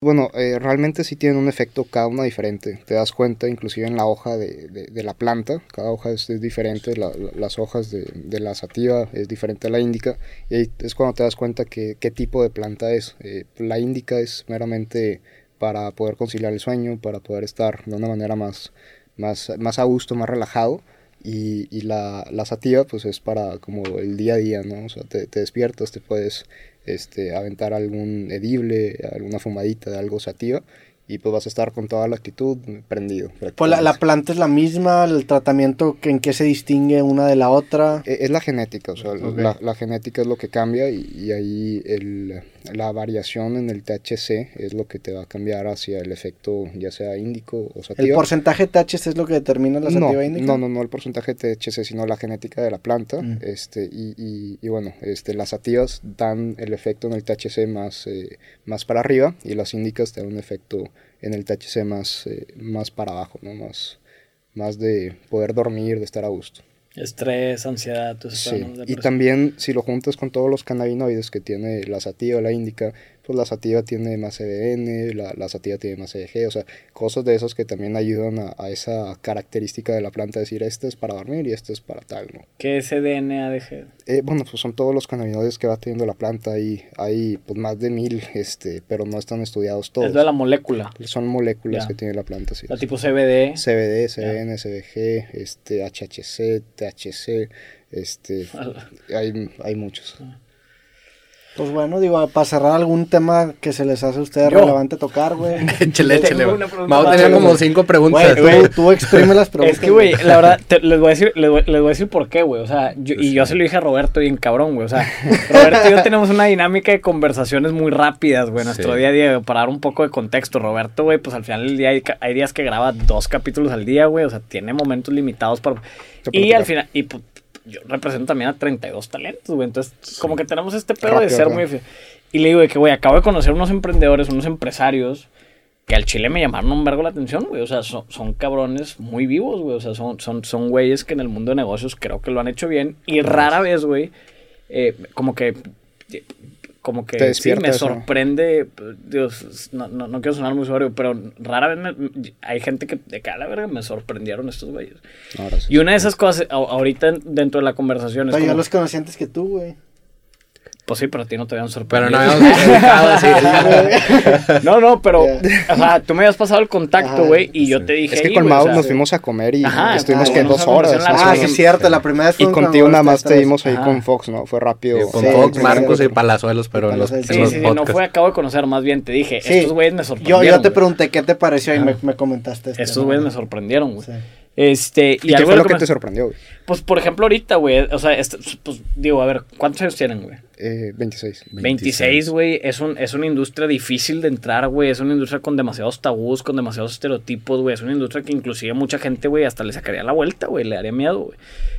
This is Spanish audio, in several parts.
bueno, eh, realmente sí tienen un efecto cada una diferente. Te das cuenta inclusive en la hoja de, de, de la planta. Cada hoja es, es diferente. La, la, las hojas de, de, la sativa es diferente a la índica. Y ahí es cuando te das cuenta que, qué tipo de planta es. Eh, la índica es meramente para poder conciliar el sueño, para poder estar de una manera más, más, más a gusto, más relajado. Y, y la, la, sativa pues es para como el día a día, ¿no? O sea, te, te despiertas, te puedes este, aventar algún edible, alguna fumadita de algo sativa y pues vas a estar con toda la actitud prendido. Pues la, la, planta es la misma, el tratamiento que, en qué se distingue una de la otra. E, Es, es la genética, o sea, okay. la, la, genética es lo que cambia y, y ahí el, la variación en el THC es lo que te va a cambiar hacia el efecto ya sea índico o sativa. ¿El porcentaje de THC es lo que determina la sativa no, índica? No, no, no el porcentaje de THC, sino la genética de la planta. Mm. Este, y, y, y, bueno, este, las sativas dan el efecto en el THC más, eh, más para arriba y las índicas te dan un efecto en el THC más, eh, más para abajo, ¿no? más, más de poder dormir, de estar a gusto. Estrés, ansiedad, sí. Y también si lo juntas con todos los cannabinoides que tiene la sativa, la índica, pues la sativa tiene más EDN, la, la, sativa tiene más EDG, o sea, cosas de esas que también ayudan a, a esa característica de la planta, decir, este es para dormir y este es para tal, ¿no? ¿Qué es E EDN, ADG? Eh, bueno, pues son todos los cannabinoides que va teniendo la planta y hay pues más de mil, este, pero no están estudiados todos. Es de la molécula. Son moléculas yeah. que tiene la planta, sí. La es. tipo CBD. CBD, CBN, yeah. CBG, este, HHC, THC, este, Ah. hay, hay muchos. Yeah. Pues bueno, digo, para cerrar algún tema que se les hace a ustedes Yo. relevante tocar, güey. échale, échale, güey. Mau tenía como cinco preguntas. Güey, tú, tú exprime las preguntas. Es que, güey, la verdad, te, les, voy a decir, les voy, les, voy, a decir por qué, güey. O sea, yo, y yo se lo dije a Roberto bien cabrón, güey. O sea, Roberto y yo tenemos una dinámica de conversaciones muy rápidas, güey, nuestro sí. día a día. Para dar un poco de contexto, Roberto, güey, pues al final del día hay, hay días que graba dos capítulos al día, güey. O sea, tiene momentos limitados para... Y al final... Y, pues, yo represento también a 32 talentos, güey. Entonces, sí. como que tenemos este pedo Rápido, de ser muy... Efic... Y le digo de que, güey, acabo de conocer unos emprendedores, unos empresarios que al chile me llamaron un vergo la atención, güey. O sea, son, son cabrones muy vivos, güey. O sea, son, son, son güeyes que en el mundo de negocios creo que lo han hecho bien. Y rara vez, güey, eh, como que... Como que sí, me eso. sorprende. Dios, no, no, no, quiero sonar muy sobrio, pero rara vez me, hay gente que de cada verga me sorprendieron estos güeyes. Ahora sí, y una de esas cosas, a, ahorita dentro de la conversación. Es pero como, yo los conocí antes que tú, güey. Pues sí, pero a ti no te habían sorprendido. Pero no habíamos dedicado así. no, no, pero yeah. o sea, tú me habías pasado el contacto, güey, y sí. yo te dije. Es que con Mau nos fuimos a comer y ajá, estuvimos que dos horas. Ah, sí, horas. es cierto, la primera vez fue Y contigo nada más te vimos ahí ajá. con Fox, ¿no? Fue rápido. Sí, con Fox, Marcos y Palazuelos, pero en los. Sí, sí, sí, no fue, acabo de conocer, más bien te dije, estos güeyes me sorprendieron. Yo, yo te pregunté qué te pareció y me, comentaste este esto. Estos güeyes me sorprendieron, güey. Este, y, ¿Y qué fue lo que, me... te sorprendió, güey? Pues, por ejemplo, ahorita, güey, o sea, este, pues, digo, a ver, ¿cuántos años tienen, güey? Eh, 26. 26, güey, es, un, es una industria difícil de entrar, güey, es una industria con demasiados tabús, con demasiados estereotipos, güey, es una industria que inclusive mucha gente, güey, hasta le sacaría la vuelta, güey, le daría miedo, güey.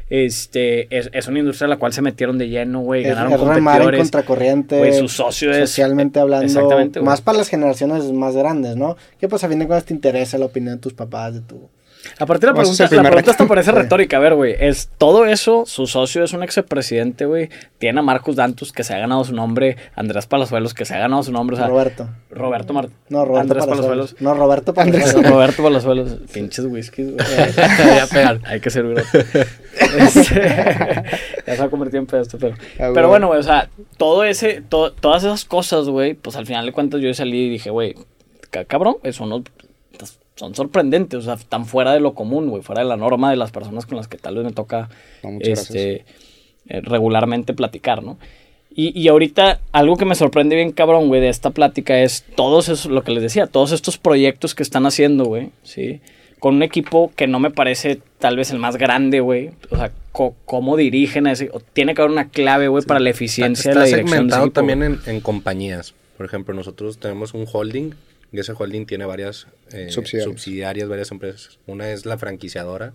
Este, es, es, una industria a la cual se metieron de lleno, güey, ganaron es competidores. pues, En contracorriente. Güey, sus socios. Socialmente hablando. Exactamente, Más wey. para las generaciones más grandes, ¿no? Que pues a fin de cuentas te interesa la opinión de tus papás, de tu... Aparte la pregunta, la pregunta hasta parece retórica, a ver, güey, es todo eso, su socio es un expresidente, güey, tiene a Marcos Dantus que se ha ganado su nombre, Andrés Palazuelos que se ha ganado su nombre, o sea, Roberto. Roberto Martín. No, Roberto Andrés Palazuelos. No, Roberto Palazuelos. Andrés. Pues, Roberto Palazuelos, pinches whiskies, güey. ya pegar, hay que servir. ya se ha convertido en pedazo, pero ah, pero bueno, güey, o sea, todo ese to todas esas cosas, güey, pues al final de cuentas yo salí y dije, güey, cabrón, eso no pues, son sorprendentes, o sea, tan fuera de lo común, güey, fuera de la norma de las personas con las que tal vez me toca no, este, eh, regularmente platicar, ¿no? Y, y, ahorita algo que me sorprende bien cabrón, güey, de esta plática es todos esos, lo que les decía, todos estos proyectos que están haciendo, güey, ¿sí? Con un equipo que no me parece tal vez el más grande, güey. O sea, cómo dirigen a ese... Tiene que haber una clave, güey, sí. para la eficiencia está está, de la dirección. segmentado de equipo, también en, en compañías. Por ejemplo, nosotros tenemos un holding y ese holding tiene varias eh, subsidiarias. subsidiarias. varias empresas. Una es la franquiciadora,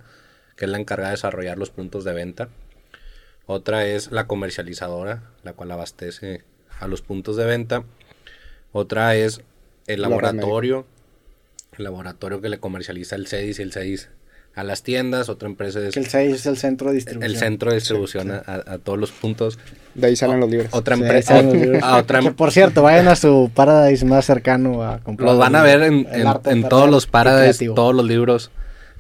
que es la encargada de desarrollar los puntos de venta. Otra es la comercializadora, la cual abastece a los puntos de venta. Otra es el laboratorio, el laboratorio que le comercializa el CEDIS y el CEDIS a las tiendas, otra empresa es... Que el 6 es el centro de distribución. El centro de distribución a, a todos los puntos. De ahí salen los libros. Otra empresa. Sí, sí, sí. a Ah, otra Ah, Que, por cierto, vayan a su Paradise más cercano a comprar. los van a ver en, El en- arte en para todos ver los el Paradise, creativo. todos los libros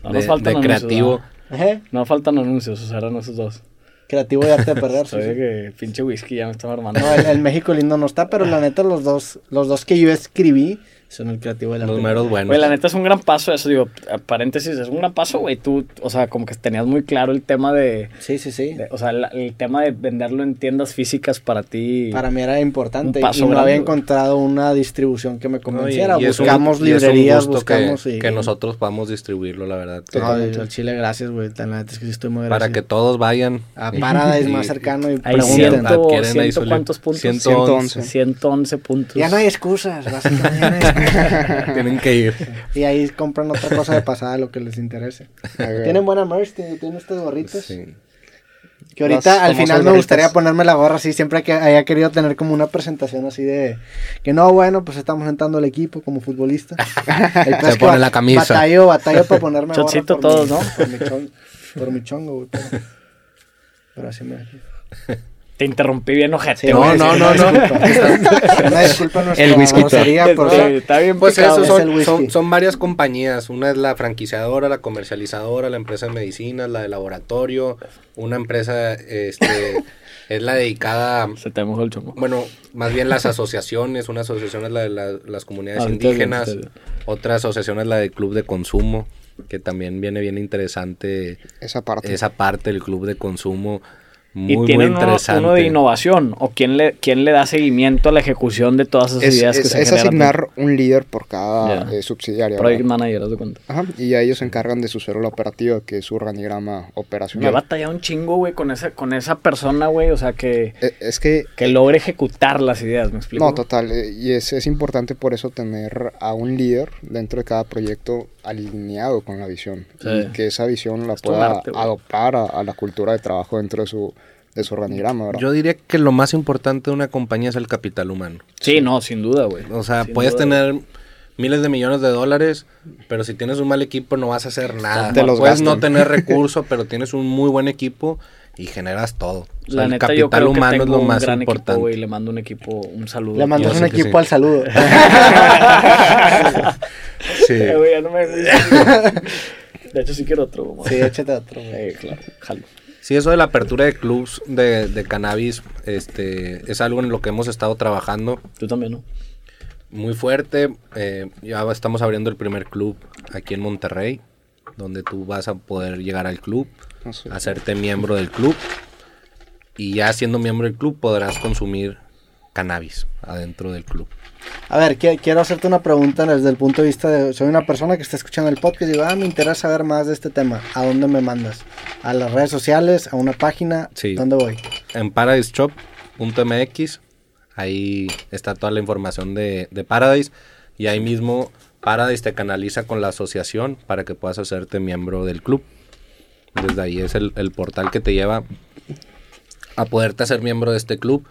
No de, nos faltan de anuncios, creativo. ¿verdad? Ajá, No faltan anuncios, o sea, eran esos dos. Creativo y arte de perder. Ah, sí, Sabía sí. que pinche whisky ya me estaba armando. No, el, el México lindo no está, pero la neta los dos, los dos que yo escribí son el creativo del arte. Los meros Güey, la buenos. neta es un gran paso eso, digo, a- paréntesis, es un gran paso, güey. Tú, o sea, como que tenías muy claro el tema de, Sí, sí, sí. de- o sea, la- el tema de venderlo en tiendas físicas para ti. Para mí era importante. Un paso y no grande, había güey. encontrado una distribución que me ¿no? Y- convenciera. y es un- buscamos y es un librerías, gusto que- buscamos. que, y- nosotros podamos distribuirlo, la verdad. que- No, al Chile, gracias, güey. La neta es que sí estoy muy para que agradecido. todos vayan. A y- Paradise y- más cercano y Hay Pregunten. pregunten. ciento, Adquieren ahí ciento su li- cuántos puntos. 111. 111 puntos. Ya no hay excusas, básicamente. ya no hay excusas. Tienen que ir. y ahí compran otra cosa de pasada, lo que les interese. Ah, güey. Tienen buena merch, tienen, tienen estos gorritos. Sí. Que ahorita Las al famosas final me gorritas. gustaría ponerme la gorra así, siempre que haya querido tener como una presentación así de que no, bueno, pues estamos sentando el equipo como futbolista. El Se pone la camisa. Batallo, batallo para ponerme Chocito gorra. por todos, mi- ¿no? Por mi, chon- por mi chongo, güey. Pero, pero así me... Te interrumpí bien, ojete, Sí, no, güey, no, sí, una no, no. disculpa. Una disculpa nuestra El whisky. grosería, Este, pero- Está bien Pues Picado, eso es el son, whisky. son, son varias compañías. Una es la franquiciadora, la comercializadora, la empresa de medicina, la de laboratorio. Una empresa este, es la dedicada, a- Se te mojó el chongo. bueno, más bien las asociaciones. Una asociación es la de la- las comunidades Ah, está bien, indígenas. está bien. Otra asociación es la del club de consumo, que también viene bien interesante Esa parte. esa parte del club de consumo. Muy, Y muy tienen uno, interesante. uno de innovación. ¿O quién le, quién le da seguimiento a la ejecución de todas esas Es, ideas que es- se es generan? asignar un líder por cada Ya. eh, subsidiaria. Project ¿verdad? Manager, haz de cuenta. Ajá, y a ellos se encargan de su célula operativa, que es su organigrama Yo he operacional. batallado un chingo, güey, con esa, con esa persona, güey. O sea, que, Eh, Es que que logre ejecutar las ideas, ¿me explico? No, total. eh, Y es, es importante por eso tener a un líder dentro de cada proyecto alineado con la visión. Sí. Y que esa visión la todo pueda arte, güey. adoptar a, a la cultura de trabajo dentro de su, de su organigrama, ¿verdad? Yo diría que lo más importante de una compañía es el capital humano. Sí, no, sin duda, güey. O sea, Sin puedes duda, tener miles de millones de dólares, pero si tienes un mal equipo no vas a hacer nada. Te los puedes no gastan. tener recursos, pero tienes un muy buen equipo y generas todo. O sea, La el neta, capital yo creo humano que es tengo lo un más gran equipo, importante. güey. Le mando un equipo, un saludo. Le mandas Yo un sé que equipo sí. al saludo. Sí. Eh, güey, ya no me- De hecho, sí quiero otro, güey. sí, échate otro, güey. Eh, claro, jalo. Sí, eso de la apertura de clubs de, de cannabis este, es algo en lo que hemos estado trabajando Tú también, ¿no? muy fuerte. Eh, ya estamos abriendo el primer club aquí en Monterrey, donde tú vas a poder llegar al club. No sé. hacerte miembro del club y ya siendo miembro del club podrás consumir cannabis adentro del club. A ver, qui- quiero hacerte una pregunta desde el punto de vista de... Soy una persona que está escuchando el podcast y digo, ah, me interesa saber más de este tema. ¿A dónde me mandas? ¿A las redes sociales? ¿A una página? Sí. ¿Dónde voy? En paradiseshop.mx ahí está toda la información de, de Paradise y ahí mismo Paradise te canaliza con la asociación para que puedas hacerte miembro del club. Desde ahí es el, el portal que te lleva a poderte hacer miembro de este club.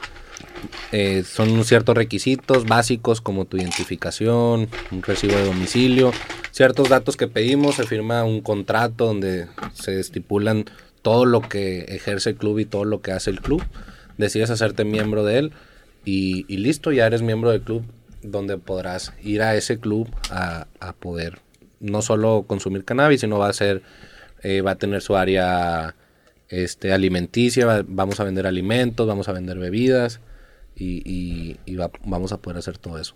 Eh, son ciertos requisitos básicos como tu identificación, un recibo de domicilio, ciertos datos que pedimos, se firma un contrato donde se estipulan todo lo que ejerce el club y todo lo que hace el club. Decides hacerte miembro de él y, y listo, ya eres miembro del club donde podrás ir a ese club a, a poder no solo consumir cannabis, sino va a ser, eh, va a tener su área este, alimenticia, va- vamos a vender alimentos, vamos a vender bebidas y, y- y va- vamos a poder hacer todo eso.